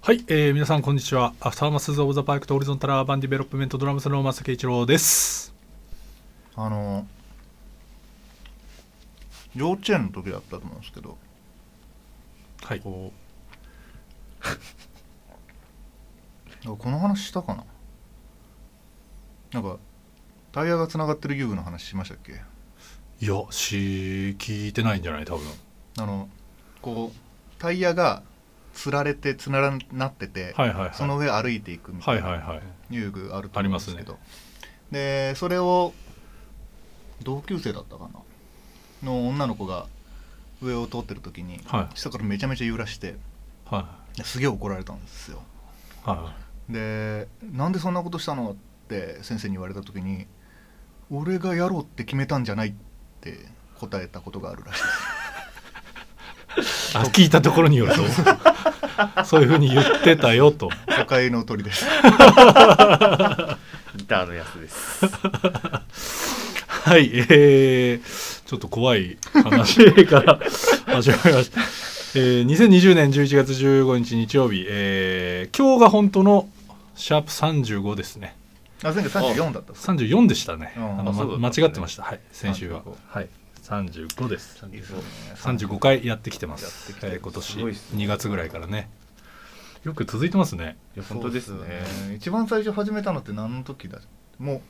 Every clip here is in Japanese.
はい、えー、皆さんこんにちは。アフターマスズ・オブ・ザ・パークとオリゾンタル・アーバン・ディベロップメント・ドラムスの松崎一郎です。あの幼稚園の時だったと思うんですけどはい。こうあこの話したかななんかタイヤがつながってる遊具の話しましたっけいや、し、聞いてないんじゃない多分。あのこうタイヤがつられてつならなってて、はいはいはい。その上歩いていくみたはいいなはいはい。遊具あると思うんですけあど、でそれを同級生だったかなの女の子が上を通ってる時に、はい下からめちゃめちゃ揺らしてはですげえ怒られたんですよい。はでなんでそんなことしたのって先生に言われた時に俺がやろうって決めたんじゃないって答えたことがある らしいですい。あ、聞いたところによると。 そういうふうに言ってたよと。都会の鳥ですギターのやつです。はい、えー、ちょっと怖い話 から始まりました。えー、2020年11月15日日曜日、えー、今日が本当のシャープ35ですね。あ前回34だったっす34でしたね。うんああのそうだったんまです間ね違ってました。はい、先週は35。はい、35です。いいですね35回やってきてます。やってきてえー今年すごいっす2月ぐらいからね。よく続いてますね。いや本当ですねそうっ。すよ一番最初始めたのって何の時だも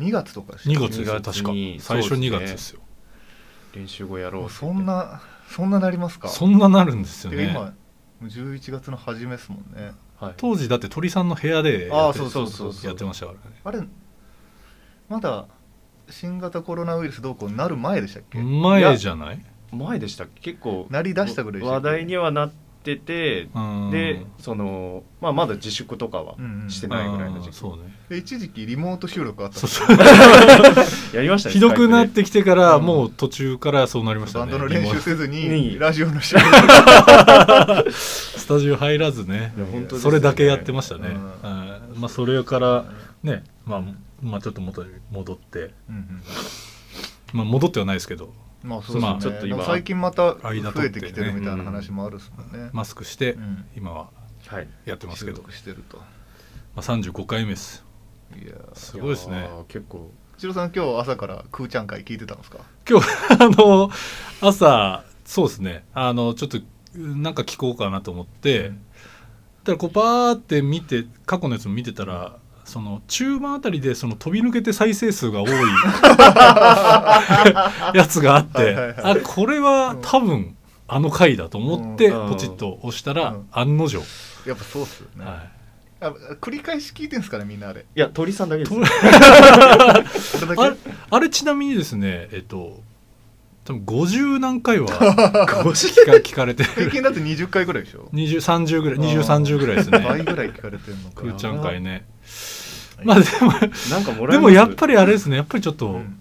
う2月とかでした2月ですよ、 2月確かに。最初そうですね2月ですよ。練習後やろうってそんなそんななりますかそんななるんですよてか今ね。もう11月の初めですもんねはい。当時だって鳥さんの部屋でやあっあてそうそうそうそそううやってましたからね。あれまだ新型コロナウイルスどうこうなる前でしたっけ前じゃない前でしたっけ結構なりだしたぐらいでした話題にはなってて、うんでそのまあまだ自粛とかはうんうんしてないぐらいのあー時期、そうね。で一時期リモート収録あったんそうですそようやりましたね。ひどくなってきてから、うんもう途中からそうなりましたバね。ンドの練習せずににラジオの収 録あスタジオ入らずねいや本当ですねそれだけやってましたね、うんうんまあ、それからね、まあ、まあちょっと元に戻って、まあ、戻ってはないですけどまあそうですね、まあちょっと今なんか最近また間増取っえてねてきてるみたいな話もあるっすもんね、マスクしてうん今はきはい。やってますけ収ど、録してるとまあ、35回目ですいやーすごいですいねやー。結構千代さん今日朝からクーちゃん会聞いてたんですか今日 あの朝そうですねあのちょっとなんか聞こうかなと思って、うんただこうバーって見て過去のやつも見てたらその中盤あたりでその飛び抜けて再生数が 多いやつがあって、はいはいはいあこれは多分あの回だと思ってうんポチッと押したら、うん案の定、やっぱそうっすよね、はあ繰り返し聞いてんすかねみんなあれいや鳥さんだけです俺ね。い、あだれけあれちなみにですねえっと多分50何回 は聞か聞かれて平均だって20回ぐらいでしょ2030ぐらい2030ぐらいですね倍ぐらい聞かれてんのかくなーちゃん会ねはいまあでもなんかもらでえまもすやっぱりあれですねやっぱりちょっと、うん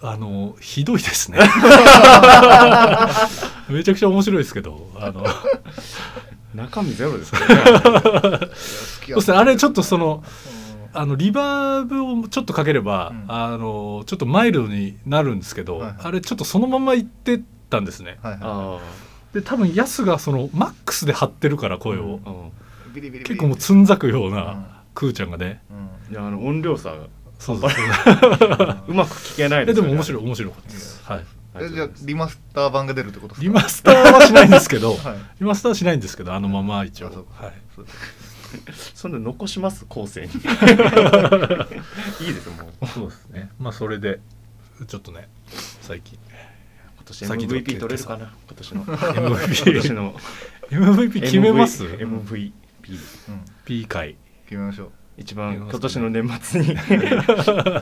あのひどいです ねめちゃくちゃ面白いですけどあの中身ゼロですね。そうですねあれちょっとそのうんあのリバーブをちょっとかければ、うんあのちょっとマイルドになるんですけど、はいはいあれちょっとそのまま行ってったんですねはいはあで多分ヤスがそのマックスで張ってるから声を、あ、うん。いビリビリビリ結構もうつんざくよううなんクーちゃんがね、うんいやあの音量差がそうそうそううまく聞けないえでも面い。白い面白かったです、はい、あえりじゃあがとうございますリマスター版が出るってことですかリマスターはしないんですけど、はいリマスターはしないんですけどあのまま一応、あそうかはい、そうですそんな残します 後世に。いいですもう。そうですね。まあそれでちょっとね最近今年さっきと MVP 取れるかな 今年の今年 MVP の MVP 決めます MVP うん、 P 回決めましょう一番決めますね今年の年末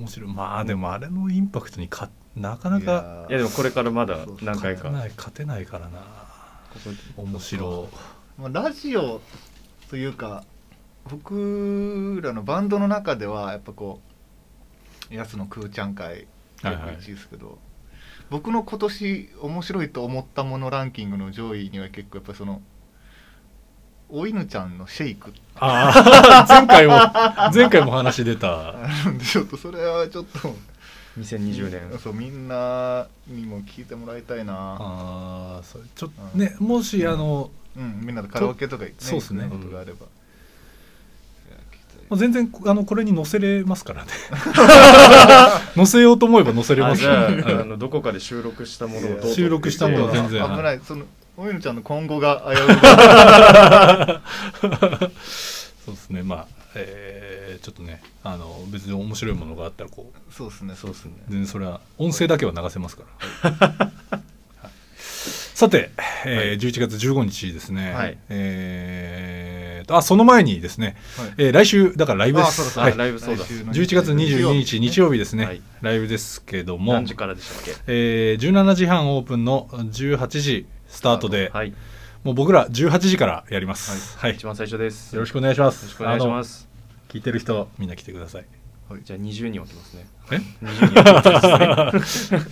面白いまあでもあれのインパクトにかなかないかやーいやでもこれからまだ何回勝てなかい勝てないからなここ面白まあ、ラジオというか僕らのバンドの中ではやっぱこうやつの空ちゃん会はいは結構い1位ですけど、僕の今年面白いと思ったものランキングの上位には結構やっぱそのお犬ちゃんのシェイクってああ前回も前回も話出たあるんでちょっとそれはちょっと2020年そうみんなにも聞いてもらいたいなあーそれちょっうんねもしあのうん、みんなでカラオケとか行って、そうっすね行くことがあれば、まあ全然あのこれに載せれますからね 載せようと思えば載せれあますじかゃらああねはいのどこかで収録したものをどうぞ収録したものは全然いや危ないそのおゆのちゃんの今後が危う そうですねまあえーちょっとねあの別に面白いものがあったらこういそうですねそうですね全然それは音声だけは流せますから、はいさて、えー11月15日ですね、はいえーとあその前にですね、はいえー来週だからライブであそうだす、そうはだい、ライブそうだ来週の11月22日日曜日ですね、はいライブですけども何時からでしたっけえー17時半オープンの18時スタートで、はい、もう僕ら18時からやります。はい、一番最初ですよろしよくお願いします。。ろしくお願いしますす聞いてる人、みんな来てください。じゃあ20人置きますねえ20人置きま すね絶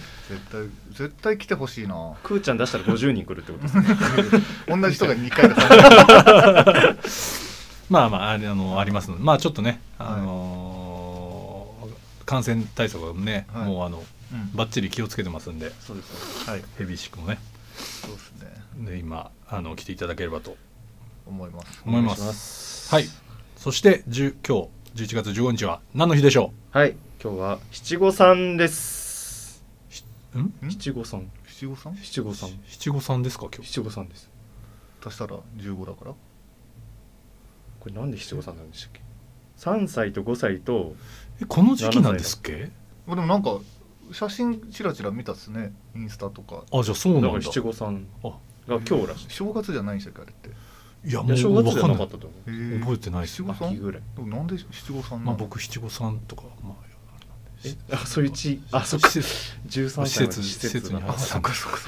対絶対来てほしいなくーちゃん出したら50人来るってことですね同じ人が2回だからまあまあ、あれあのありますので、まあちょっとね、あのー感染対策はね、はいもうあの、うんばっちり気をつけてますんで、そうですねはいヘビーシックもね、そうですねで今、あの来ていただければと思います思いま。お願いしますはい、そして、10今日、11月15日は何の日でしょはい今日は七五三ですううんん七五三七五三七五三七五三ですか、今日。七五三です足したら15だからこれなんで七五三なんでしたっけ三歳と五歳とえ、この時期なんですっけあでもなんか写真ちらちら見たっすねインスタとかあ、じゃあそうなだんかだら。七五三あが今日らしい正月じゃないんでしたっけあれっていや、いもやう正分月じかゃんななかいった。と思う覚えてないっす七五三秋ぐらいでもなんで七五三なまあ、の僕七五三とか、まあ、えあそういうちあそっか施設十三施歳ま設で施施設設にな入ってたんでそっかそっか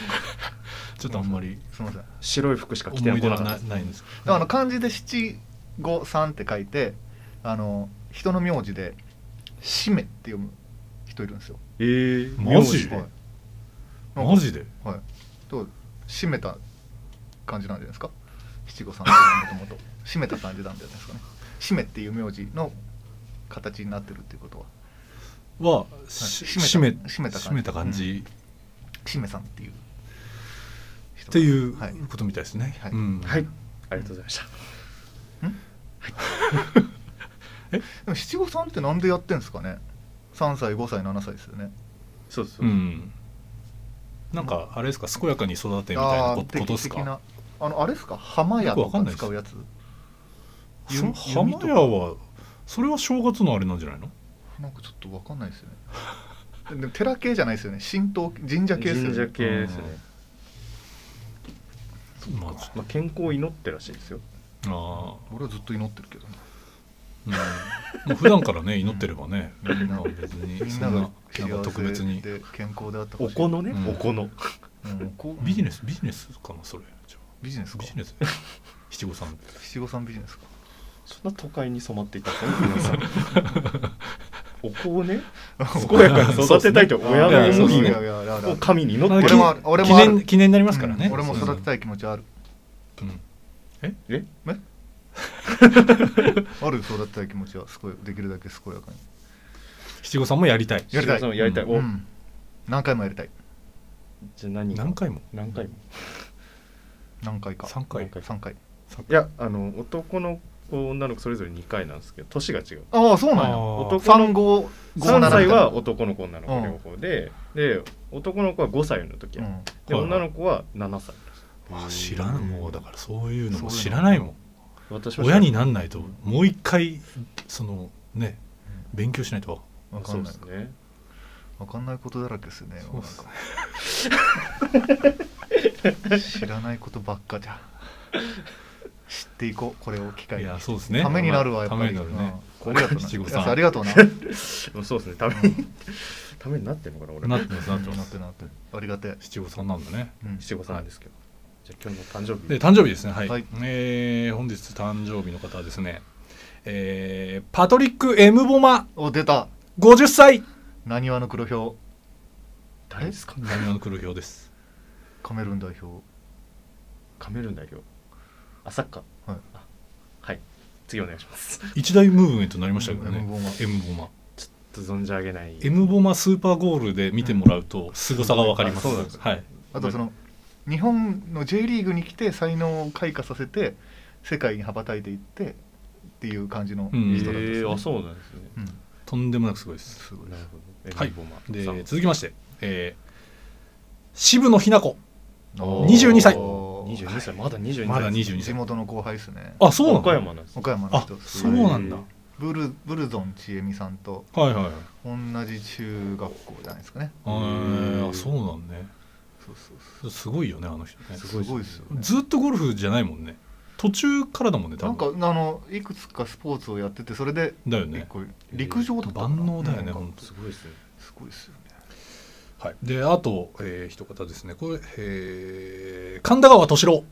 ちょっとあんまりすいません白い服しか着て思ない出かっはたなですないんですあの漢字で七五三って書いてあの人の名字で「しめ」って読む人いるんですよえー、マジ名字ではいなんかマジではいと締めた感じなんじゃないですか七五三ってもともと 締めた感じなんじゃないですかね締めっていう名字の形になってるっていうことははし締締めめた締め締めた感感じじ締めさんっていう人っていうはい、んことみたいですねはいうんはいありがとうございました でも七五三ってなんでやってんですかね3歳5歳7歳ですよねそうそうう、んなんかあれですか健やかに育てみたいなあこーことですかあのあれですか浜屋よくとわかんなかいです使うやつそ弓浜弓屋はそれは正月のあれなんじゃないのなんかちょっとわかんないですよね でも寺系じゃないですよね神道神社系ですよ神ね社系ですねうん、まあちょまあ、健康を祈ってらしいですよあ俺はずっと祈ってるけどーねうんまあ普段からね祈ってればねまあ別にみんそなんながなんか特別にで健康であってほおしいこのね、うんおこのうんおこビジネススビジネスかなそれじゃあビジネスかビジネス七五三七五三ビジネスかそんな都会に染まっていたんですね皆さん お香をね健やかに育てたいと親のそう思ですねいいやいをを神に祈って俺もある俺もあ記る念記念になりますからね、俺も育てい、たい気持ちはあるうんえある育てたい気持ちはすごいできるだけ健やかに七五三もやりたいやりたいさんもやりたい、うおうん何回もやりたいじゃあ何が何回も何回も何回か三回何回三回いやあの男の子女の子それぞれ2回なんですけど年が違うああそうなんあやー男の三五五3七歳はみ男の子女の子両方で、で男の子は5歳の時たいや、なではい女の子は7歳あ知らないもうだからそういうのも知らないもん私は親になんないともう一回そのね勉強しないとうんわかそうんでないすねわかんないことだらけですよねそうっすなんか知らないことばっかじゃん知っていこうこれを機会いにやそうですねためになるわやっぱためりになるね、うんありがとうな七五い三やありがとうなうんそうですねために ためになってるのかな俺なってますなってまなっすてなってありがてえ七五三なんだねうん七五三ですけど、じゃあ今日の誕生で日誕生日ですねはい、はいえー本日誕生日の方はですねえーパトリック・エムボマお出た50歳なにわの黒ひょう誰ですか何の黒豹ですカメルーン代表カメルーン代表あサッカーはいあはい次お願いしますちょっ一大ムーブメントになりましたけどね M ボマ M ボマと存じ上げない M ボマスーパーゴールで見てもらうと凄さがわかります、あそうなんですはいあとその日本の J リーグに来て才能を開花させて世界に羽ばたいていってっていう感じの人うなんんですね、えー、あそうなんですね。うんとんでもなくすごいです。すごいなるほど。はいエリボマでさん続きまして、えー、渋野日向子。おー22歳22歳、まだ22歳。まだ22地元の後輩ですねあ、そうなの。岡山なんですね。岡山のあ人、ですそうなんだへ。ブルブルゾンちえみさんとはいはいはい。同じ中学校じゃないですかねえーあ、そうなんね。そうそうそすごいよね、あの人ね。うすごいですよねずっとゴルフじゃないもんね。途中からだもんね、多なんか分。あのいくつかスポーツをやっててそれでだよ一ね。個陸上だったかな万能だよねなんか本当すごいですね。すごいですよねはい。で、あと、えー、一方ですね。これ、えー、神田川敏郎。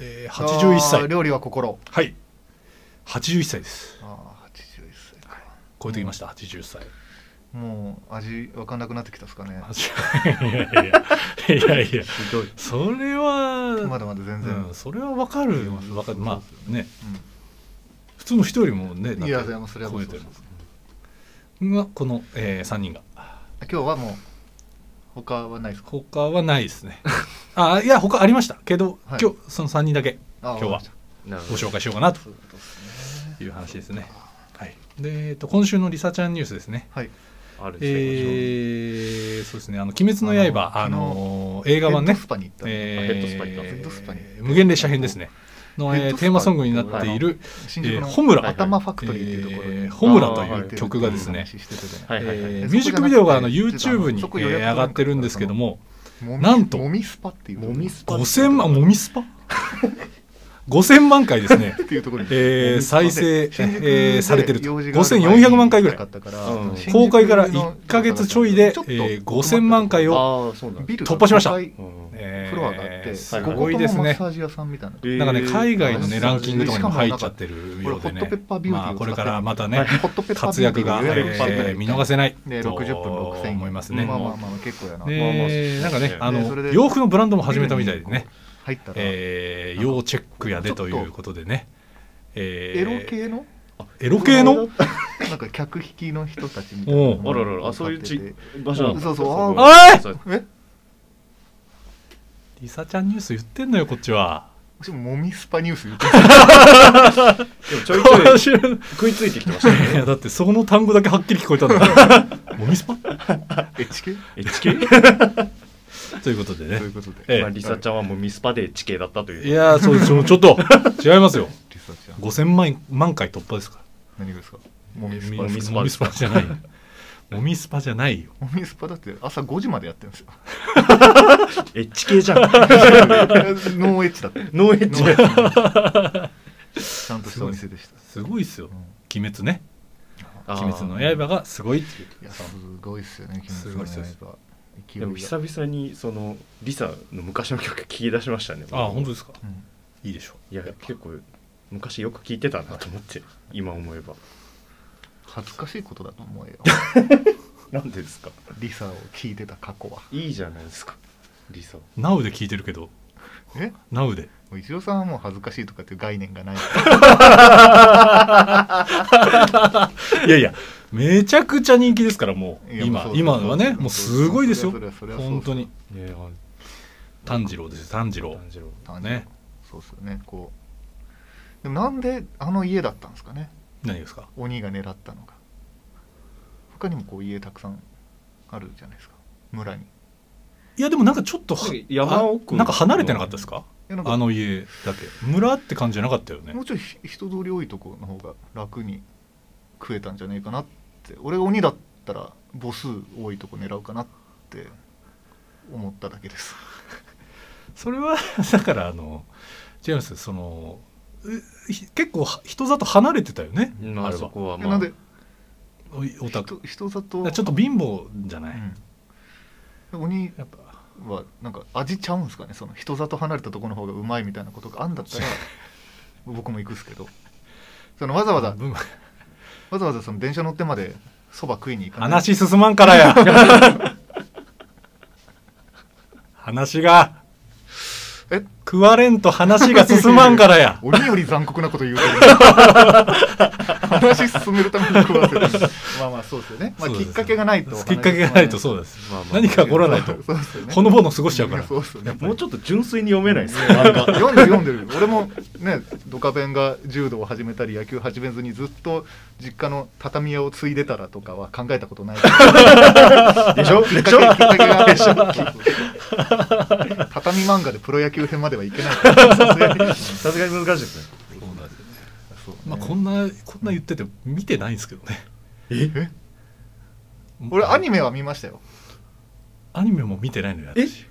えー、81あー歳。料理は心はい。81歳です。ああ81歳か超えてきました、80歳。もう味わかんなくなってきたですかねいやいやいやいやいや、ひどい。それは、 まだまだ全然、うん、それはわかるよわかるまあねう普通の人よりもねん、いやなんかでもそれはも超うえそうてそうるそうがこの、えー、3人が今日はもう他はないですか他はないですねあいや他ありましたけど、はい今日その3人だけあ今日はわかりましなるごほど。紹介しようかなたとそういうことですねいう話ですねはいで、えー、と今週のリサちゃんニュースですねはいあるんですね。えー、そうですね「あの鬼滅の刃」ああののー映画版ねヘッドスパに行った、えヘッドスパ行ったヘッドスパに無限列車編ですねの、ヘッえードスパテーマソングになっている新宿えーのホムラ頭ファクトリーっていうところに、えーホムラという曲がですね話してたじゃないはいはいはい。ええーーミュージックビデオがあのそこじゃなくて YouTube に、そこえ予ー約上がってるんですけどももみなんともみスパっていうところもみスパ5000万もみス パ5000万回ですねっていうところにえー再生、え新宿ーでされてると用事がある前に5400万回ぐらい行きたかったからうん新宿の公開から1ヶ月ちょいで、ちょっとえー5000万回を、ああ、そうなんだ。ビル突破しました5階うんえーフロアがあって、すここごいですともマねッサージ屋さんみたいな。えーなんかね海外のねえーランキングとかにも入っちゃってるようでしかもなんかこれホットペねッパービューまティーを使ってあこれからまたね、ホットペッパー活躍が、ビューティーを予約してえー見逃せないでと60分6000円思いますねまあまあまあ結構やな。でまあまあなんかねあでそれので洋服のブランドも始めたみたいでね、入ったら、えー、要チェックやでということでね、えエーロ系のエロ系の なんか客引きの人たちみたいなのおあが。ららら、あそういうち場所なんだそうそうこあーそうえ、リサちゃんニュース言ってんのよこっちはもしももみスパニュース言っ てた。でもちょいちょい知らない食いついてきてましたね。 いやだってその単語だけはっきり聞こえたんだよもみスパ HK? HK? ということでねということで。ええまあ、リサちゃんはもうミスパで地形だったという。いやーそうちょちょっ と違いますよリサちゃん。 5000万万回突破ですから何がですかもみスパもです。みもみスパじゃないもみスパじゃないよもみスパだって朝5時までやってるんで すよ。 HK じゃん。ノーエッチだった。ノーエッ ジ。ちゃんとしたお店でした。すごいっすようん鬼滅ねあー鬼滅の刃がすごいっていういやすごいっすよね、す鬼ごい滅っすのよ刃。勢いでがも久々にそのリサの昔の曲聴き出しましたね。ああ本当ですかうんいいでしょいや結構昔よく聴いてたなと思って今思えば。恥ずかしいことだと思 うよ。なんでですか。リサを聞いてた過去は。いいじゃないですか。リサ。う NOW で聞いてるけどえ NOW でもう一郎さんはもう恥ずかしいとかっていう概念がない。 いやいや、めちゃくちゃ人気ですから、もう、いや今そ、う今はね、もうすごいですよ。そりゃそりゃそりゃ本当に。ねえ炭治郎ですよ、炭治郎。炭治郎。そうねね。そうっすよね、こう。でもなんであの家だったんですかね、何ですか鬼が狙ったのが。他にもこう家たくさんあるじゃないですか、村に。いいや、でもなんかちょっとは、山奥あなんか離れてなかったですかやなんかあの家だけ。村って感じじゃなかったよねも。うちょいひ人通り多いとこの方が楽に食えたんじゃねえかなって俺が鬼だったら母数多いとこ狙うかなって思っただけですそれは、 だから、あの、違いますよその、うひ結構は人里離れてたよね、まああれそはこはえまなあ。んでおお宅人人だ里からちょっと貧乏じゃない、うん鬼やっぱはなんか味ちゃうんですかねその人里離れたとこの方がうまいみたいなことがあんだったら僕も行くっすけどそのわざわざぶんわざわざその電車乗ってまでそば食いに行かない話進まんからや 話がえ食われんと話が進まんからや鬼より残酷なこと言うてる 話進めるために食わせてるまあまあそうですよ ね、まあ、そうきでっすかけがないときっかけがないとそうでですまあまあ何か起こらないとそうですよねほのぼの過ごしちゃうからそうですよねもうちょっと純粋に読めないですねいや読んでる読んでる俺もねドカベンが柔道を始めたり野球始めずにずっと実家の畳屋を継いでたらとかは考えたことないでしょきっでかしけょきっかけがそうそうそう畳漫画でプロ野球編まではいけないからさすがにさすがに難しいですねそうまあこんなこんな言ってて見てないんですけどねえ俺アニメは見ましたよアニメも見てないのよえ私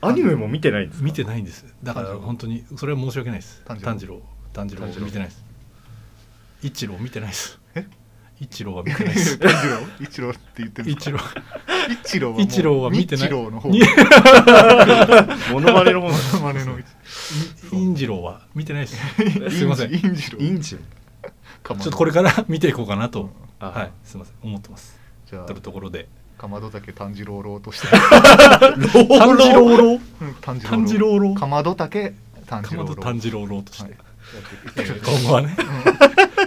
アニメも見てないんですか見てないんですだから炭治郎本当にそれは申し訳ないです炭治郎炭治郎炭治郎炭治郎見てないです一郎見てないですえ一郎は見炭てない治です郎 一郎って言ってるんです一か郎一郎はもう一郎は見てない日郎の方にモノマネの方 モノマネの一陰次郎は見てないですすいませんち インジロインジンょかまっどとこれから見ていこうかなとあはいすいません思ってますじゃとるあところでかまど竹炭治郎郎として炭治郎郎うん炭治郎炭治郎郎かまど竹炭治か郎ま郎ど炭治郎郎としはいてやっていきましょう今後はね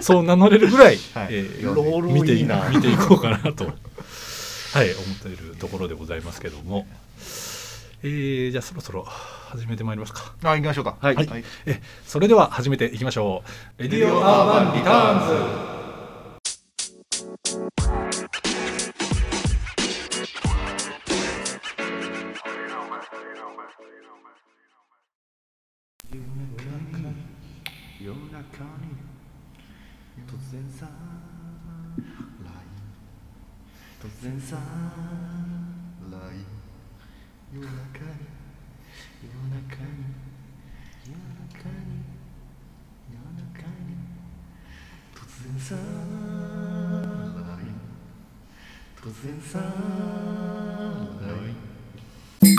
そう名乗れるぐらいはいえーローロー見ていいな見ていこうかなとはい思っているところでございますけどもえーじゃあそろそろ始めてまいりますかあ行きましょうかはいはいえそれでは始めていきましょうレディオアーバンリターンズ夜中に突然さ来突然さ来夜中に夜中に夜中に夜中に突然さ来突然さ来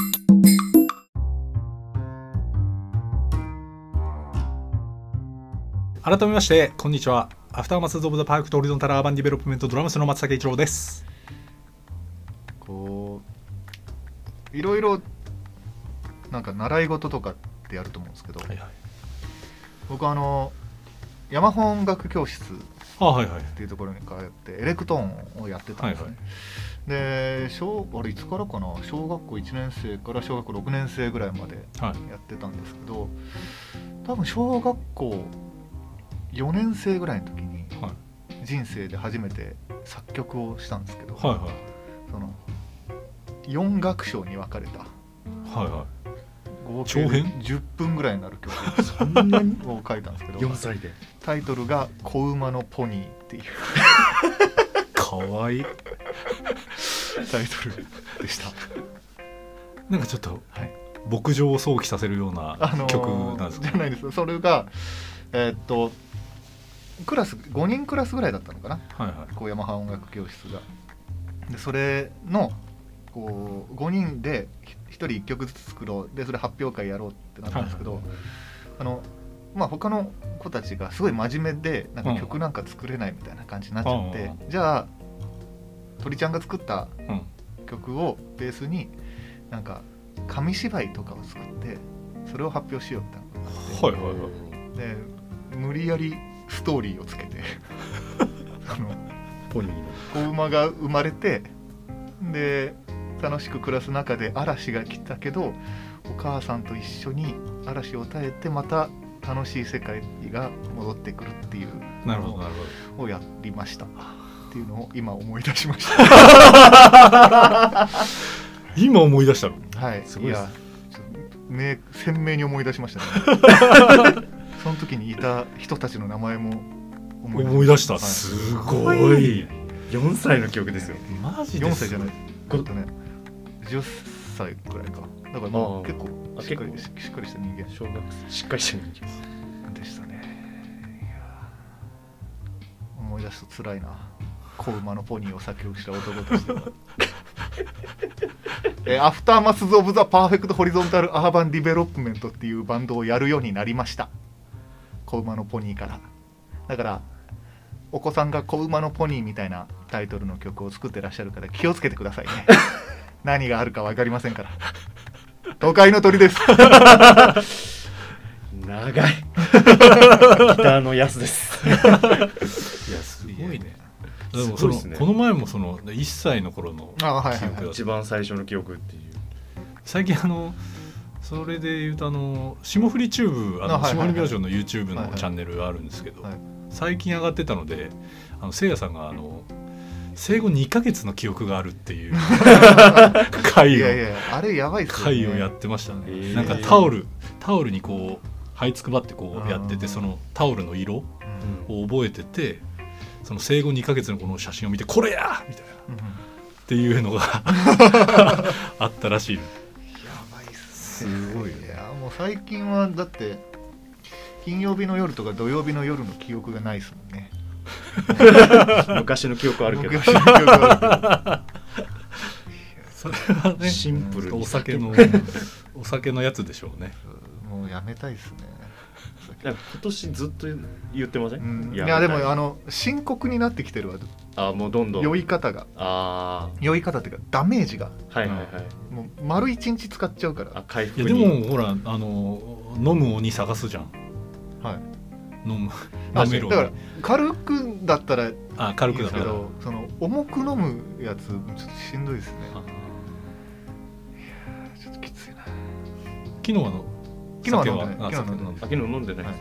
改めましてこんにちはアフターマスズ・オブ・ザ・パークとオリゾンタル・アーバン・ディベロップメントドラムスの松崎一郎ですこいろいろなんか習い事とかってやると思うんですけどはいはい僕あの山本音楽教室っあはいはいていうところに通ってエレクトーンをやってたんですねで小あれいつからかな小学校1年生から小学校6年生ぐらいまではいやってたんですけど多分小学校4年生ぐらいの時にはい人生で初めて作曲をしたんですけど、はいはいその4楽章に分かれたはいは合計長で編10分ぐらいになる曲うこんなに を書いたんですけど4歳でタイトルが「子馬のポニー」っていういかわいいタイトルでしたなんかちょっとはい牧場を想起させるようなあのー曲なんですか、じゃないですそれがえーっとクラス5人クラスぐらいだったのかなはいはいこうヤマハ音楽教室がでそれのこう5人でひ1人1曲ずつ作ろうでそれ発表会やろうってなったんですけど、あのまあ他の子たちがすごい真面目でなんうかん曲なんか作れないみたいな感じになっちゃって、うんじゃあ鳥ちゃんが作ったうん曲をベースになんか紙芝居とかを作ってそれを発表しようってなってはいはいはいで無理やりストーリーをつけ てあのポニーの子馬が生まれてで楽しく暮らす中で嵐が来たけどお母さんと一緒に嵐を耐えてまた楽しい世界が戻ってくるっていうなるほどなるほどのをやりましたっていうのを今思い出しました 今思い出したのはいすごいっすやちょっとね鮮明に思い出しましたね その時にいた人たちの名前も思思い出した、はいすごい4歳の記憶ですよマジで4す歳じゃないごえっとね10歳くらいかだからまあああ結構あしっかり結ししっかりした人間小学生しっかりしてる人間でしたねいやー思い出すと辛いな子馬のポニーを作曲した男 としてはえーアフターマスズ・オブ・ザ・パーフェクト・ホリゾンタル・アーバン・ディベロップメントっていうバンドをやるようになりました子馬のポニーからだからお子さんが子馬のポニーみたいなタイトルの曲を作ってらっしゃるから気をつけてくださ いね何があるか分かりませ んから都会の鳥です長いギターのやつです。いやすごいねですごいっすねもそのこの前もその1歳の頃のあはいはい、記は憶いだ、一番最初の記憶っていう。最近あのそれで言うとあの霜降りチューブあのあはいはい霜は降いり明星の YouTube はいのはいチャンネルがあるんですけど、はい最近上がってたのであのせいやさんがあの生後2ヶ月の記憶があるって いう回をいやいやあれやばいっすよ、ね、回をやってましたね、へーなんかタオルタオルにこう這いつくばってこうやっててあーそのタオルの色うんを覚えててその生後2ヶ月のこの写真を見て「これや!」みたいなうんっていう のがあったらしいやばいっすねすごいよいねやもう最近はだって金曜日の夜とか土曜日の夜の記憶がないですもんね昔の記憶あるけど僕。が記憶あそれはねシンプルにお酒 のお酒のやつでしょうねるけどもうやめたいっすねなんか今年ずっと言ってません、うんいややでもあの深刻になってきてるわあもうどんどん酔い方があ酔い方っていうかダメージがあはいはいはい、もう丸一日使っちゃうからあ回い復やにでもほらあの飲む鬼探すじゃんはい飲むあ飲めるだから鬼軽くだったらいいあ軽くでだすかけらどその重く飲むやつちょっとしんどいですねあちょっときついな昨日はの昨日は飲んでないあ昨日は酒飲はんで飲んでないあ昨日飲んでない、はい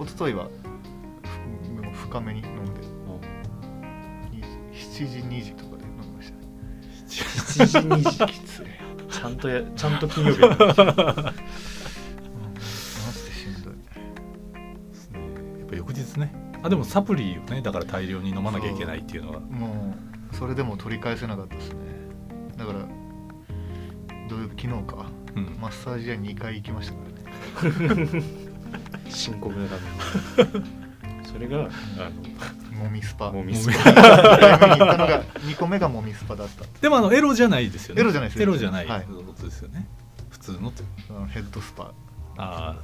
一昨日はふもう深めに飲んでに7時2時とかで飲みましたね7時2時きついちゃんとやちゃんと金曜日やるマジでしんどいやっぱ翌日ねあでもサプリをねだから大量に飲まなきゃいけないっていうのはもうそれでも取り返せなかったですねだから土曜日昨日かうんマッサージ屋2回行きましたからね深刻な感じそれがもみスパあのも2みす回目に行ったのが2個目がもみスパだったでもあのエロじゃないですよねエロじゃないですエロじゃないはいことですよね普通のとあのヘッドスパあ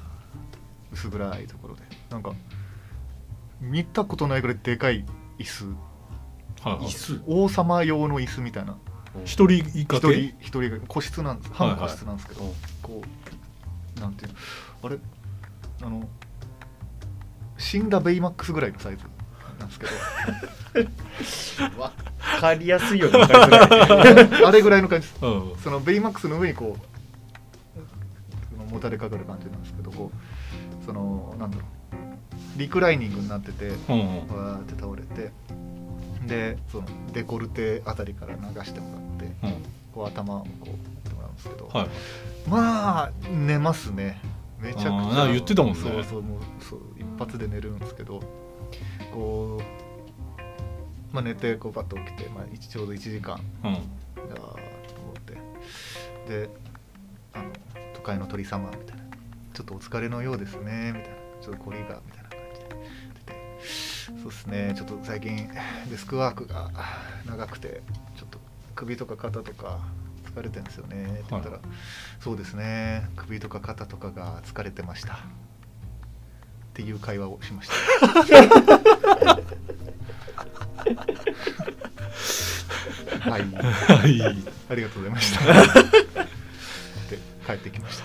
薄暗いところでなんか見たことないぐらいでかい椅子あはいはい子王様用の椅子みたいな一人以下一で人一人が個室なんですはいはい半個室なんですけど、こうなんていうのあれあの死んだベイマックスぐらいのサイズなんですけわかりやすいよねわかりづらい どあれぐらいの感じですうんそのベイマックスの上にこうもたれかかる感じなんですけどこうそのなんだろうリクライニングになっててうんうんわーって倒れてでそのデコルテあたりから流してもらってうんこう頭をこうやってもらうんですけど、はいまあ寝ますねめちゃくちあーなんかゃ言ってたもんねそうそうもうそう一発で寝るんですけどこう、まあ、寝てこうバッと起きて、まあ、一ちょうど1時間うん だーっと思ってであの「都会の鳥様」みたいな「ちょっとお疲れのようですね」みたいな「ちょっと凝りが」みたいな感じで出てそうですねちょっと最近デスクワークが長くてちょっと首とか肩とか疲れてるんですよね」って言ったら「はそうですね首とか肩とかが疲れてました」っていう会話をしました。はい、はいありがとうございました。で帰ってきました。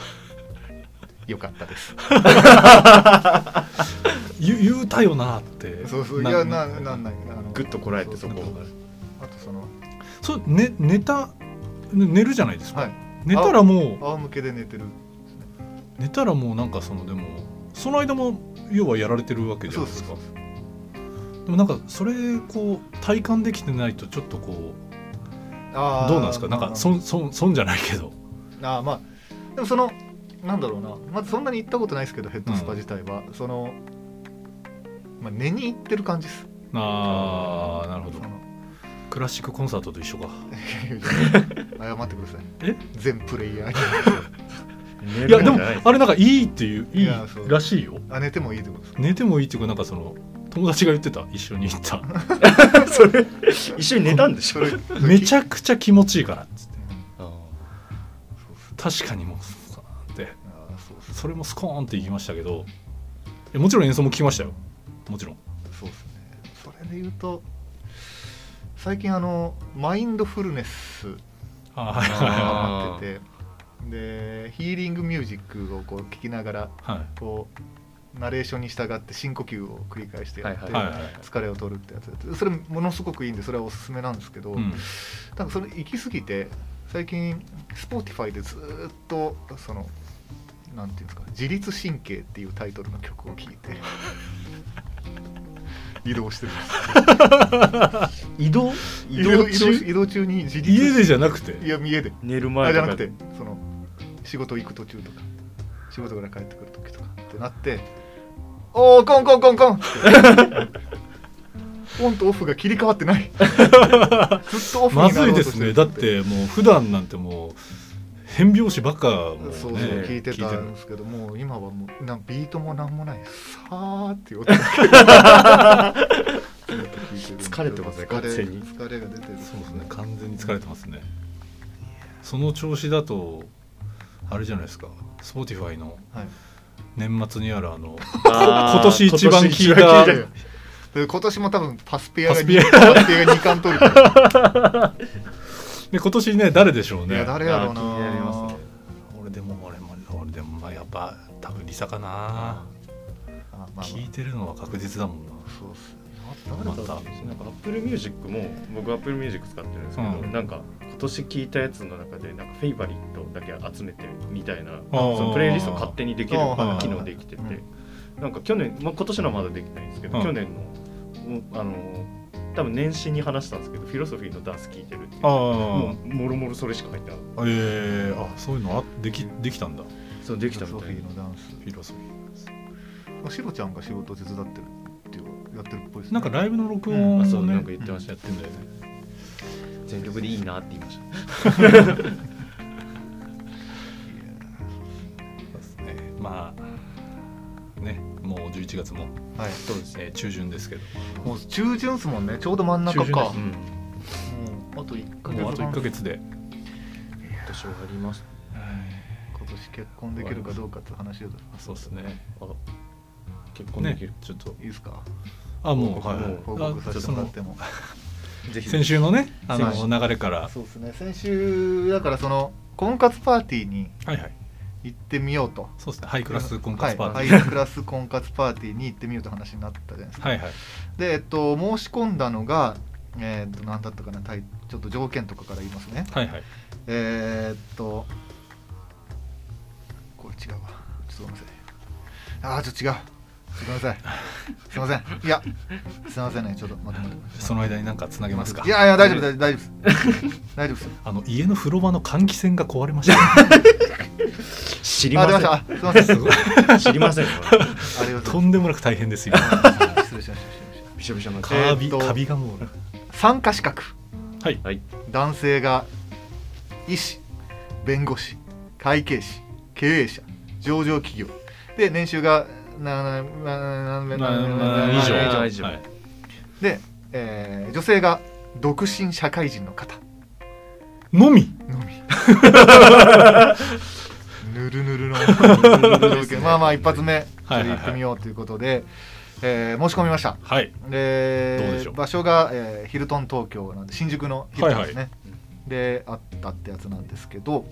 よかったです。言う言うたよなってそうそういなやななんないあのグッとこらえてそそうこそうあとそのそう寝寝たね寝るじゃないですか、はい寝たらもう仰向けで寝てる。寝たらもうなんかそのでもその間も要はやられてるわけじゃないですそかうでもなんかそれこう体感できてないとちょっとこうあーどうなんですかまなあんか損損損じゃないけどあーまあでもそのなんだろうなまずそんなに行ったことないですけどヘッドスパ自体は、そのまあ寝に行ってる感じです。ああなるほどその クラシックコンサートと一緒か謝ってください。え全プレイヤーに。寝いやるでんもじゃないあれなんかいいっていういいいやそうらしいよあ寝てもいいってことですか。寝てもいいっていうかなんかその友達が言ってた一緒に行った それ一緒に寝たんでしょめちゃくちゃ気持ちいいからっつってうん確かにもうスコーンってあーそうっすそれもスコーンっていきましたけどいやもちろん演奏も聞きましたよもちろんそうですねそれで言うと最近あのマインドフルネスあはいはいはいがあー上がっててでヒーリングミュージックをこう聴きながらはいこうナレーションに従って深呼吸を繰り返してやって、はいはいはい疲れを取るってやつやってそれものすごくいいんでそれはおすすめなんですけど、うんなんかそれ行き過ぎて最近 Spotify でずーっとそのなんていうんですか「自律神経」っていうタイトルの曲を聴いて移動してます移動移移動動移動中移動中に自律家でじゃなくていや家で寝るあ前じとゃかなくてその仕事行く途中とか仕事から帰ってくる時とかってなって「おおコンコンコンコン!」 ってオンとオフが切り替わってない ずっとオフにまなずろいうでとしすてるねだってもう普段なんてもう変拍子ばっかもうねそうそう聞いてたんですけどもう今はもうなんビートもなんもないさーっていう音だけ 疲れてますね疲れ完全に疲れが出てるそうですね完全に疲れてますねその調子だとあれじゃないですか Spotify のはい年末にあるあのあー今年一番聞いいやたいやいやで今年も多分パスペアがパスペ2冠パスペアが二冠取るからで今年ね誰でしょういやね誰やろうなあー気になりますね俺でも俺も俺でもまあやっぱ多分リサかなあまあまあ聞いてるのは確実だもんなそうっすまなんかたアップルミュージックも僕アップルミュージック使ってるんですけど、うんなんか今年聞いたやつの中でなんかフェイバリットだけ集めてみたいなそあーのプレイリスト勝手にできるあーはい機能できてて、うんなんか去年、まあ、今年のはまだできないんですけど、うん去年のもうあの多分年始に話したんですけどフィロソフィーのダンス聞いてるっていうもあうもろもろそれしか入ってなかっあええあそういうのあできできたんだたそうできたソみフたィいーなのダンフスィロソフィシロちゃんが仕事手伝ってるっていうやってるっぽいですーなんかライブの録音あをそうなねんか言ってましたやよってんだよね全力でいいなって言いましたそうですねまあねもう11月も、はいそうですねえー中旬ですけどもう中旬っすもんねちょうど真ん中中旬かですうんもうあと1か月もうあと1半か月で今年はあります今年結婚できるかどうかって話をいそうですねあ結婚でねきる、ちょっといですかあもう報告はいはい報告させてもらってもぜひ先週のねあ先の流れからそうですね先週だからその婚活パーティーにはいはい行ってみようとそうですねハイクラス婚活パーティーはい、ハイクラス婚活パーティーに行ってみようと話になったじゃないですかはいはいでえっと申し込んだのがえーっと何だったかなタイちょっと条件とかから言いますねはいはいえーっとこれ違うわちょっとごめんなさいああちょっと違うちょっとごめんなさいすいませんいやすいませんねちょっと待って待って待ってその間になんかつなげますかいやいや大丈夫大丈夫大丈夫です大丈夫ですあの家の風呂場の換気扇が壊れました 知あ出ましたあすいませんすごいせん 知りませんこれありがとうとんでもなく大変です よ失礼しました失礼しましびしょびしょになっカてーえービっとカビがもうた参加資格はいはい男性が医師弁護士会計士経営者上場企業で年収がなななななななな以上なはない以上で、えー女性が独身社会人の方のみのみぬるぬるのぬるぬる条件まあまあ一発目ちょっと行ってみようということで、えー申し込みましたはいでどうでしょう場所が、えーヒルトン東京なんで新宿のヒルトンですね、であったってやつなんですけど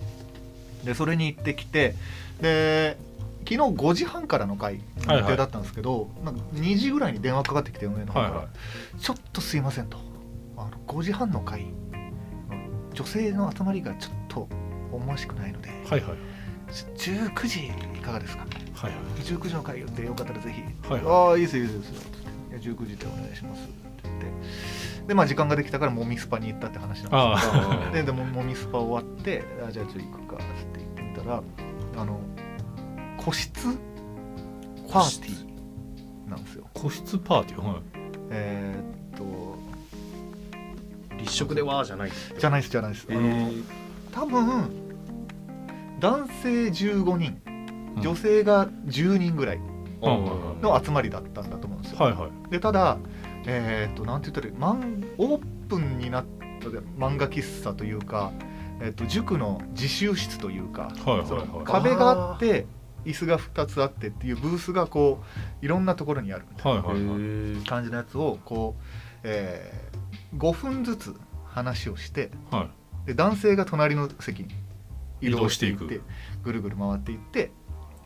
でそれに行ってきてで昨日5時半からの回の予定だったんですけど、なんか2時ぐらいに電話かかってきて運営の方から、はいはちょっとすいません」とあの「5時半の回女性の集まりがちょっと思わしくないのではいはいじ19時いかがですか?」はいはい19時の回でよかったらぜひ、はいああいいですよいいですよつっていや19時でお願いしますって言ってでまあ時間ができたからもみスパに行ったって話なんですあよででももみスパ終わってあじゃあちょっと行くかっつって言ってみたらあの個室パーティーなんですよ個室パーティーはいえーっと立食ではじゃないじゃなないいですじゃないです、えあのー多分男性15人うん女性が10人ぐらいああの集まりだったんだと思うんですよ、はいはいでただえーっとなんて言ったらいいマンオープンになったで漫画喫茶というか、えっと塾の自習室というか、はいはいはいその壁があって椅子が2つあってっていうブースがこういろんなところにあるみたいはいへはいはいーな感じのやつをこう、えー5分ずつ話をしてはいで男性が隣の席に移移動動ししてていっいてくぐるぐる回っていって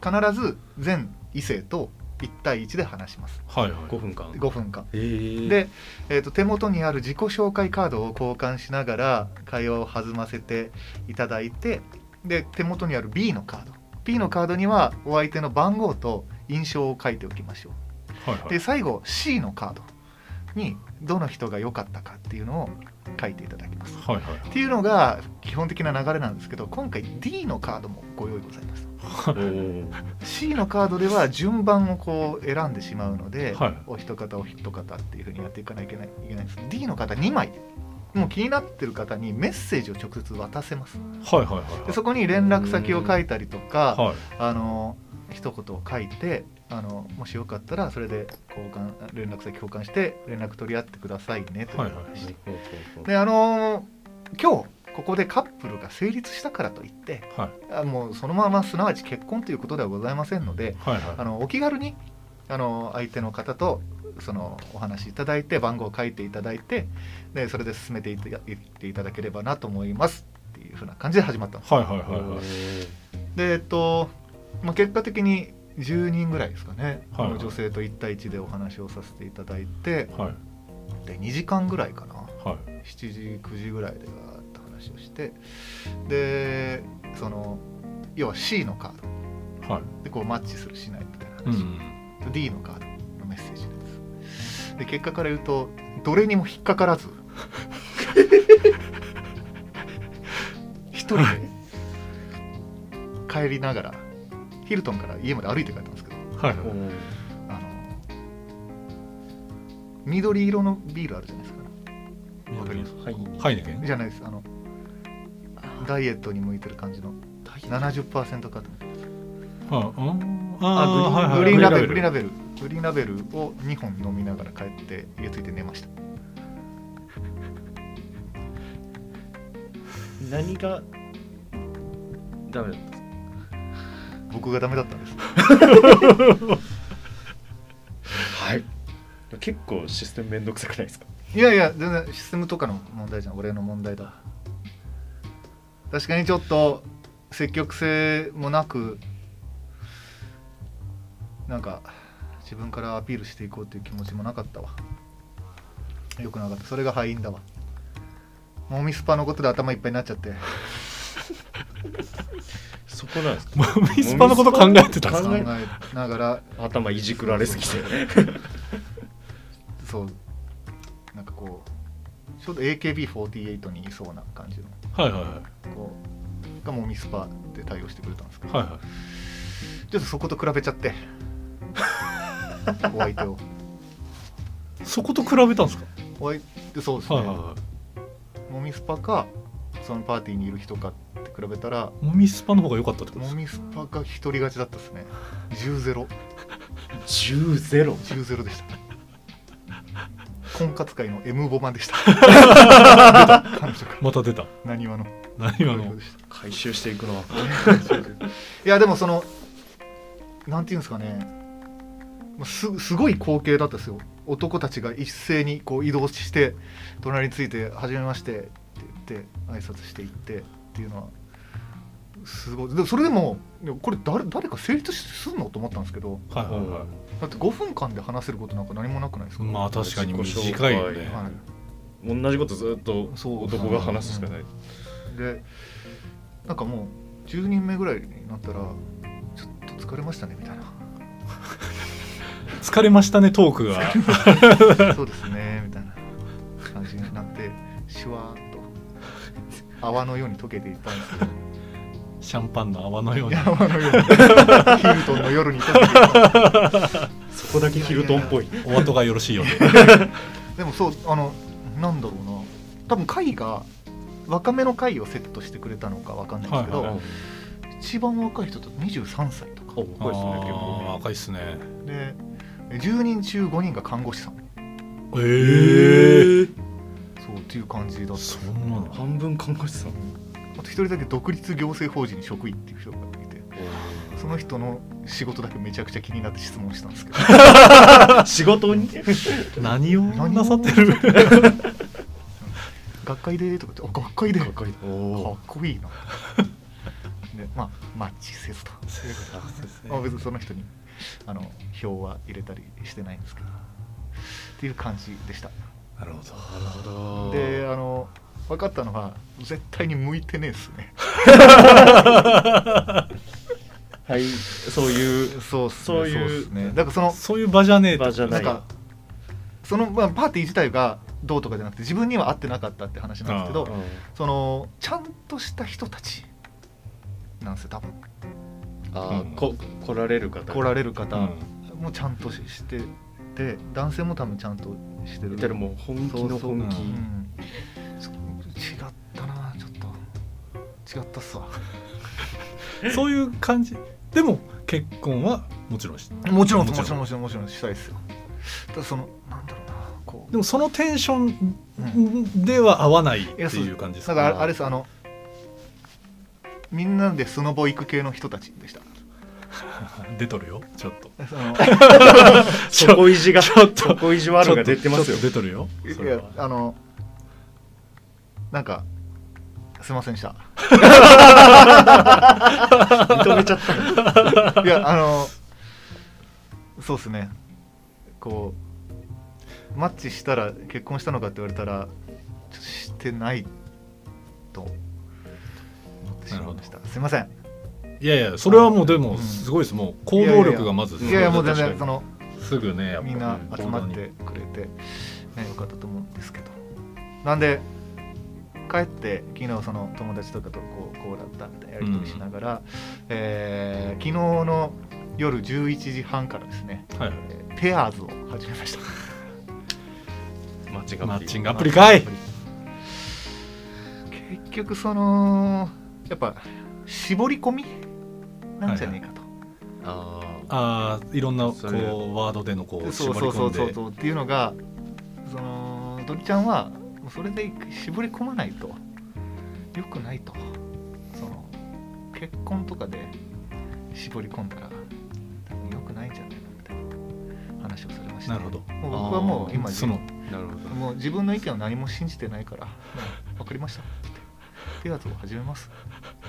必ず全異性と1対1で話しますはいはい5分間5分間えー、で、えー、と手元にある自己紹介カードを交換しながら会話を弾ませていただいてで手元にある B のカード B のカードにはお相手の番号と印象を書いておきましょはいうはでい最後 C のカードにどの人が良かったかっていうのを書いていただきますはいはいっていうのが基本的な流れなんですけど今回 D のカードもご用意ございますおー C のカードでは順番をこう選んでしまうので、はいお一方お一方っていうふうにやっていかないといけないいけないです D の方2枚もう気になってる方にメッセージを直接渡せますはいはいはいでそこに連絡先を書いたりとかはいあの一言を書いてあのもしよかったらそれで交換連絡先交換して連絡取り合ってくださいねという話、はいはであの今日ここでカップルが成立したからといってはいあもうそのまますなわち結婚ということではございませんのではいあはのお気軽にあの相手の方とそのお話しいただいて番号を書いていただいてでそれで進めていたいっていただければなと思いますっていうふうな感じで始まったんですいはいはいはいはいでえっと、まあ、結果的に10人ぐらいですかね、はいの女性と1対1でお話をさせていただいてはいで2時間ぐらいかなはい7時9時ぐらいでガーッと話をしてでその要は C のカードはいでこうマッチするしないみたいなう話、ん D のカードのメッセージですで結果から言うとどれにも引っかからず一人で帰りながらヒルトンから家まで歩いて帰ったんですけどはいおーあの緑色のビールあるじゃないですかわかります緑はいハイネケンじゃないですあのダイエットに向いてる感じの70%カットあうんああグリーングリーンラベルググリーンラリーンラベルグリーンラベルを2本飲みながら帰って家ついて寝ました何がダメだったんですか僕がダメだったんですはい結構システムめんどくさくないですかいやいや全然システムとかの問題じゃん俺の問題だ確かにちょっと積極性もなくなんか自分からアピールしていこうという気持ちもなかったわよくなかったそれが敗因だわもみスパのことで頭いっぱいになっちゃってそこなんですかベルミスパのこと考えてたんですか考えながら頭いじくられすぎてそうなんかこうちょうど AKB48 にいそうな感じのはいはいはいこうがもうミスパで対応してくれたんですけど、はいはちょっとそこと比べちゃって お相手をいそこと比べたんですかお相手そうですね、はいはいはもみスパかそのパーティーにいる人かって比べたらいモミスパの方が良かったってことでもすかみスパが一人勝ちだったですね1 0 0 10ゼロ1 0でした 婚活界の M ボマでした 彼女かまた出たなにわの何今のでした回収していくのはいやでもそのなんていうんですかねまあすすごい光景だったですよ男たちが一斉にこう移動して隣について「はじめまして」って言って挨拶していってっていうのはすごいでもそれでもでもこれ誰誰か成立すんのと思ったんですけどはいはいはだって5分間で話せることなんか何もなくないですいか、まあ確かに短いよねは同じことずっとそう男が話すしかないい、でなんかもう10人目ぐらいになったら「ちょっと疲れましたね」みたいな。疲れましたねトークがそうですねみたいな感じになってシュワーっと泡のように溶けていったんですけどシャンパンの泡のように泡のようにヒルトンの夜に溶けていったそこだけヒルトンっぽいお後がよろしいよ うででもそうあのなんだろうな多分貝が若めの貝をセットしてくれたのかわかんないですけど、はいは一番若い人だと23歳とかおあこれですね結ー構赤いっすねで10人中5人が看護師さんええそうっていう感じだったそんなの半分看護師さんあと一人だけ独立行政法人職員っていう人がいてその人の仕事だけめちゃくちゃ気になって質問したんですけ ど仕事に何を何をなさってる学会でとかってあ学会でかっお こいいなねまあマッチせずとあそうですねまあ、別にその人にあの票は入れたりしてないんですけどっていう感じでした なるほどなるほどであの分かったのは絶対に向いてねえっすねはいそういう そうっすねそういうっすねだからそのそういう場じゃねえって場じゃななんいかその、まあ、パーティー自体がどうとかじゃなくて自分には合ってなかったって話なんですけあどうんそのちゃんとした人たちなんですよ多分あうんーこ来られる方来られるう方んもちゃんとししてて男性も多分ちゃんとしてるいたらもう本気の本気そうそううんちょ違ったなちょっと違ったっすわ そういう感じでも結婚はもちろんしもちろんももちちろろんんもちろんもちろんしたいですよただそのなんだろうなこでもそのテンショう、うん、ンでは合わないってやそいう感じですだかからあれあれですあのみんなでスノボ行く系の人たちでした出とるよちょっとそのそこ意地がちょっとそこ意地悪が出てますよちょっと出とるよそいれやはあのなんかすいませんでした 認めちゃったのいやあのそうですねこうマッチしたら結婚したのかって言われたらちょっとしてないと思ってしまいましたすいませんいやいやそれはもうでうもんすごいですもう行動力がまずすいごやいやもう全確かに然そのすぐねやっぱみんな集まっ行動にてくれて、ね、よかったと思うんですけどなんで帰って昨日その友達とかとこうこうだったみたいなやり取りしながら、えー昨日の夜11時半からですね、はいえーペアーズを始めましたマッチングマアップチリングアプリかい 結局そのやっぱ絞り込みなんじゃねえかと、あああいろんなこうそれワードでのこう絞そうりそう込そんうそうでそうっていうのがそのドキちゃんはもうそれで絞り込まないと良くないとその結婚とかで絞り込んだら良くないんじゃないのみたいな話をされましたなるほどもう僕はもあう今そのあなるほどもう自分の意見を何も信じてないから「分かりました」って言ってペアーズを始めます」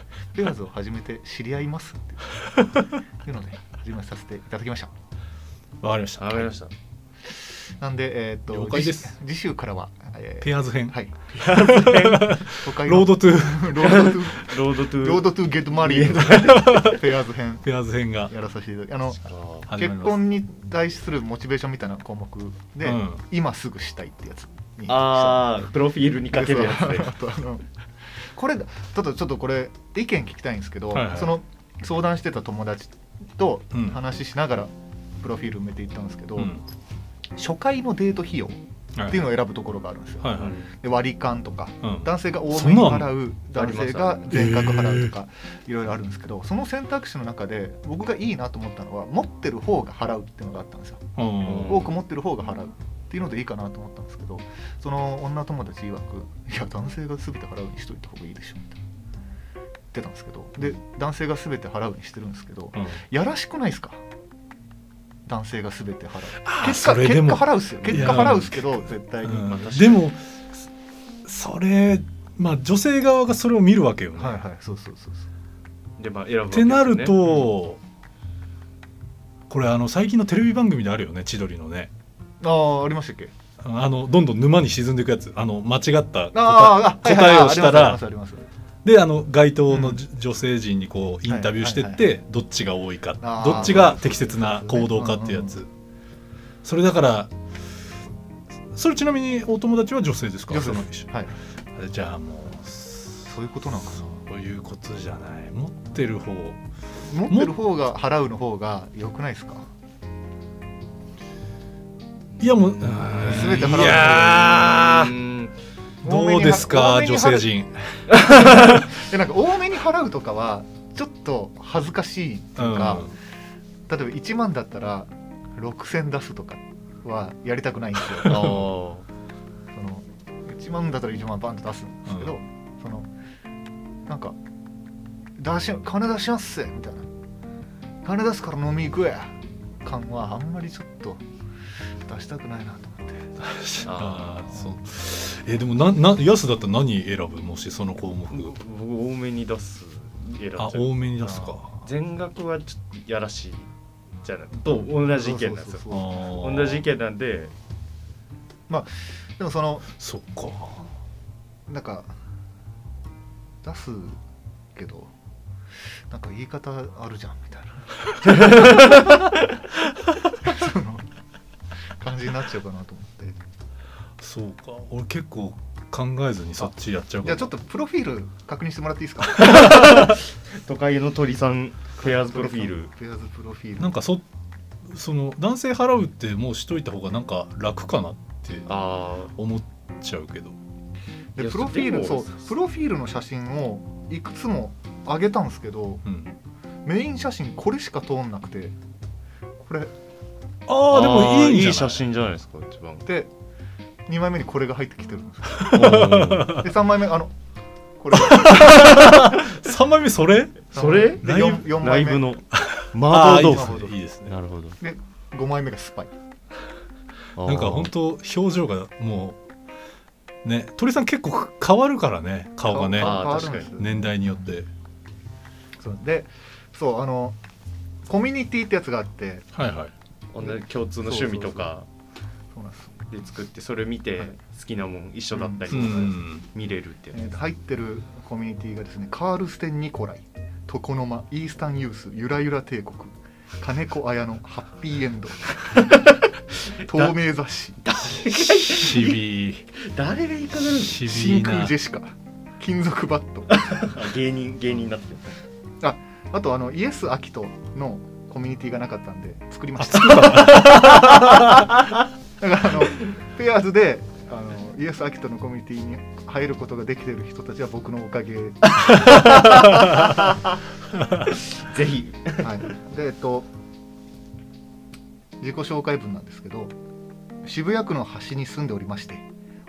「ペアーズを始めて知り合います」っていうので始めさせていただきましたわかりましたわかりましたなんでえーっと了解です次次週からは、えーペアーズ編 はい都会のロードトゥー ロードトゥロードトゥーロードトゥゲットマ リーペアーズ編ペアーズ編がやらさせていただきあのあー始まり結ます婚に対するモチベーションみたいな項目で、うん今すぐしたいってやつにあープロフィールにかかけけるやるやつつで であとあのこれちょっとちょっとこれ意見聞きたいんですけど、はいはいその相談してた友達とうん話しながらプロフィール埋めていったんですけど、うん初回のデート費用ってはいいうのを選ぶところがあるんですよ、はいはいで割り勘とかうん男性が多そめんになの払うあ男ります性が全額払うとかいろいろあるんですけどその選択肢の中で僕がいいなと思ったのは持ってる方が払うっていうのがあったんですようん多く持ってる方が払うっていうのでいいかなと思ったんですけどその女友達曰く「いや男性が全て払うにしといた方がいいでしょ」みたいな言ってたんですけどで男性が全て払うにしてるんですけどうんやらしくないですか男性が全て払うあー結果それで結も果払うっすよ結果いや払うっすけど絶対に、うんまあ確かでにもそそれまあ女性側がそれを見るわけよね、はいはいそうそうそうそうでまあ選ぶわけっですねてなると、これあの最近のテレビ番組であるよね千鳥のねああありましたっけあのどんどん沼に沈んでいくやつあの間違った答あえーあは答いはいえをしたありらますありますありますであの街頭のうんじ女性陣にこうインタビューしてって、はいはいどっちが多いかあーどっちが適切な行動かっていうやそつそれだからそれちなみにお友達は女性ですか女性そのです一緒はいあれじゃあもうそういうことなのかそういうことじゃない持ってる方な持ってる方が払うの方が良くないですかいやもううすべて払ーんうのいやうーんどうです多かめ女に多めに払性う陣でなんか多めに払うとかはちょっと恥ずかしいっていうか、例えば1万だったら6000出すとかはやりたくないんです よそあのー1万だったら1万バンと出すんですけど、うそのなんか出し金出しますみたいな金出すから飲み行くや感はあんまりちょっと出したくないなと思ってあーそうえーでもなな安だったら何選ぶもしその項目僕多めに出す選んじゃあう多めに出すか全額はちょっとやらしいじゃないと同じ意見なんですよそうそうそう同同じ意見なんででもそのそっかなんか出すけどなんか言い方あるじゃんみたいなその感じになっちゃうかなと思ってそうか俺結構考えずにそっちやっちゃうじかゃあちょっとプロフィール確認してもらっていいですか都会の鳥さんフェアーズプロフィールペアーズプロフィールなんかそその男性払うってもうしといた方がなんか楽かなってあ思っちゃうけどいでやプロフィールでもそうプロフィールの写真をいくつも上げたんですけどうんメイン写真これしか通んなくてこれああでもいいんじゃない写真じゃないですか一番で2枚目にこれが入ってきてるんですようん で3枚目あのこれが3枚目それそれでライブ 4, 4ラ枚イ目ブの麻婆豆あ腐ーいいですねいいですねなるほど5枚目がスパイなんか本当表情がもうね鳥さん結構変わるからね顔がねあ変わる確んかでにす年代によってそうでそうあのコミュニティってやつがあってはいはい当同じ共通の趣味とかそうなんです、で作ってそれ見てはい好きなもん一緒だったりうとかん見れるってやえーと入ってるコミュニティがですねカールステン・ニコライ床の間イースタン・ユースゆらゆら帝国金子綾乃ハッピー エンド透明雑誌しびつ誰がいかがるいんですしびい真な空ジェシカ金属バットか芸人芸人になってるあとあのイエス・アキトのコミュニティがなかったんで作りまあした作ったのだからあのペアーズであのイエス・アキトのコミュニティに入ることができてる人たちは僕のおかげ、はい、ぜひでえっと自己紹介文なんですけど渋谷区の端に住んでおりまして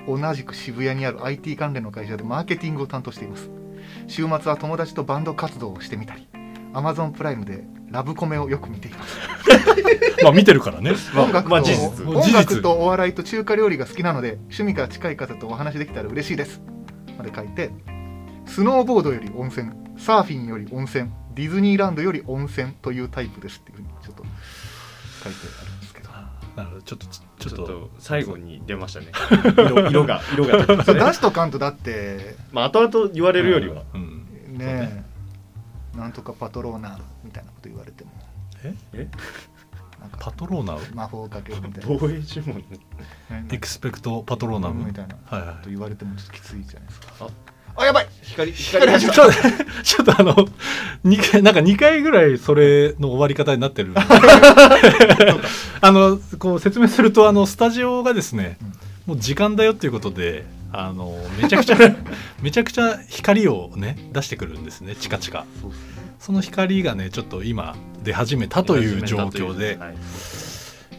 同じく渋谷にある IT 関連の会社でマーケティングを担当しています週末は友達とバンド活動をしてみたり Amazon プライムでラブコメをよく見ていますまあ見てるからね音楽と、まあ事実もう事音実楽とお笑いと中華料理が好きなので趣味から近い方とお話できたら嬉しいですまで書いてスノーボードより温泉サーフィンより温泉ディズニーランドより温泉というタイプですっていうふうにちょっと書いてあるんですけどなるほどちょっとちちょっょっとと最後に出ましたね色色が色が出てましそ たれね出しとかんとだってまあ後々言われるよりはうんねえなんとかパトローナみたいなこと言われてもええなんパかトローナム魔法をかけるみたいな防衛呪文ねエクスペクトパトローナムみたいなはいはとい言われてもちょっときついじゃないですかああやばい光光光がちょっと ちょっとあの二回なんか2回ぐらいそれの終わり方になってるあのこう説明するとあのスタジオがですねもう時間だよっていうことであのめちゃくちゃめちゃくちゃ光をね出してくるんですねチカチカそうっすねその光がねちょっと今出始めたという状況で、はい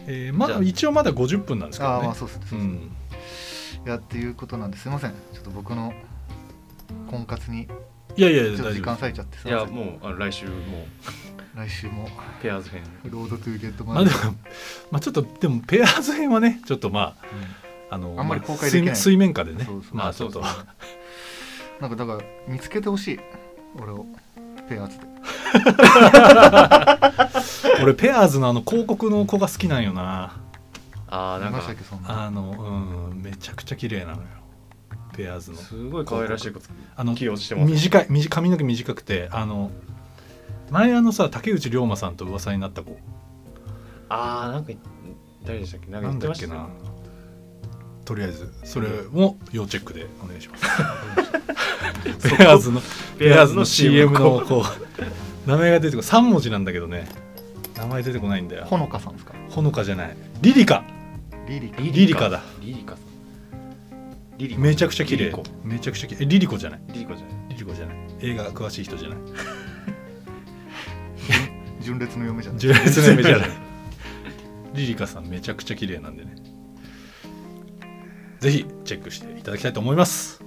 えーまじゃだあ一応まだ50分なんですけあどあまあねそうですねうんいやっていうことなんですいませんちょっと僕の婚活にいやいやちょっと大時丈夫間割いちゃってすいいまやせんもうあの来週も来週もうペアーズ編「ロードトゥーゲットまマあネでーも、まあ、ちょっとでもペアーズ編はねちょっとまあ」あのあんまり公開水できない水面下でうんねそうそうまあちそょうっとそうなんかだから見つけてほしい俺をペアーズで俺ペアーズのあの広告の子が好きなんよなああ見なんまかしたっけそんなあのうんめちゃくちゃ綺麗なのよペアーズのすごい可愛らしいことあの起用してます短い短い髪の毛短くてあの前あのさ竹内涼真さんと噂になった子ああなんか誰でしたっけなんかな言んってだまっしけたねなとりあえずそれも要チェックでお願いしますペアーズのペアーズの CM のこう名前が出てこ3文字なんだけどね名前出てこないんだよほのかさんですかほのかじゃないリリカリリカリリカだリリカさんリリめちゃくちゃ綺リリ麗コめちゃくちゃ綺麗えリリコじゃないリリコじゃないリリコじゃない映画詳しい人じゃない純烈の嫁じゃない純烈の夢じゃない リリカさんめちゃくちゃ綺麗なんでねぜひチェックしていただきたいと思います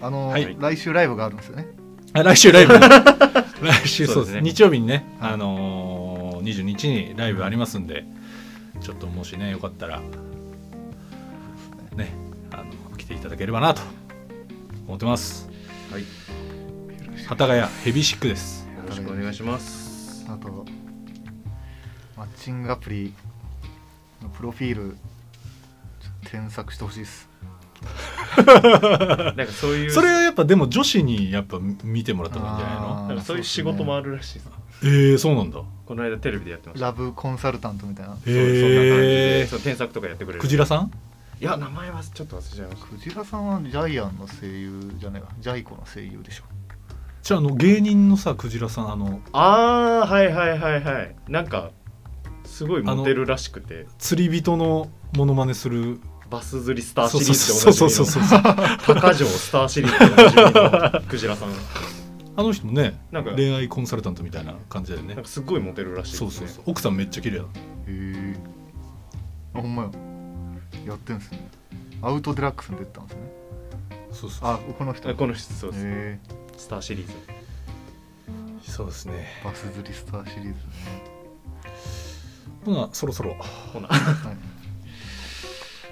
あのはい来週ライブがあるんですよねあ来週ライブ 来週そそううでですすね日曜日にね、あのー、22日にライブありますんでちょっともしねよかったらねあの来ていただければなと思ってますはいよろし幡ヶ谷ヘビシックですよろしくお願い しますあとマッチングアプリのプロフィールちょっと添削してほしいですなんかそういうそれはやっぱでも女子にやっぱ見てもらった方がいいんじゃないのあーなんかそういう仕事もあるらしいですええそうなんだこの間テレビでやってましたラブコンサルタントみたいなへそうそんな感じえでその添削とかやってくれるクジラさんいや名前はちょっと忘れちゃいましクジラさんはジャイアンの声優じゃねえかジャイコの声優でしょじゃああの芸人のさクジラさんあのたああはいはいはいはいなんかすごいモテるらしくて釣り人のモノマネするバス釣りスターシそうリそうーズそうそうそうでそ同うそう高城スターシリーズでおなじみのクジラさんあの人もねなんか恋愛コンサルタントみたいな感じだよねなんかすごいモテるらしいですそねうそうそう奥さんめっちゃ綺麗だへえあほんまややってんすねアウトデラックスに出てたんですねそうそうあこの人あこの人そうです、へえスターシリーズそうですねバス釣りスターシリーズね、ほなそろそろ今ほなはい、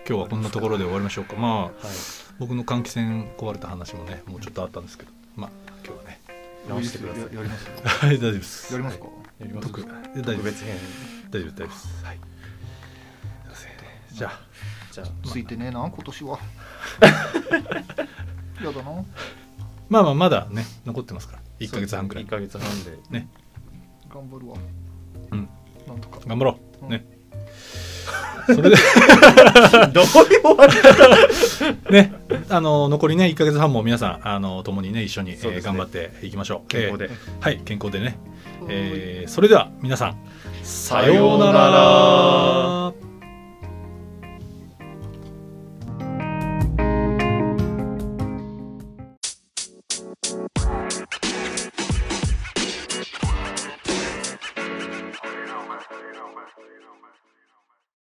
日はこんなところで終わりましょうかまあはい僕の換気扇壊れた話もねもうちょっとあったんですけどまあ今日はね直してくださいややりますはい大丈夫 ですやりますか、やりはまいす特大丈夫特です別大編丈夫です大丈夫ですはいすいませんじゃあじゃあついてねえな今年は やだなまあまあまだね残ってますから1か月半くらい1ヶ月半で ね頑張るわうんなんとか頑張ろううんね それでどういう終わりねあの残りね1か月半も皆さんあの共にね一緒に、えそうーです頑ね張っていきましょう健康で、えーはい健康でね、はーいえーそれでは皆さんさようならようなら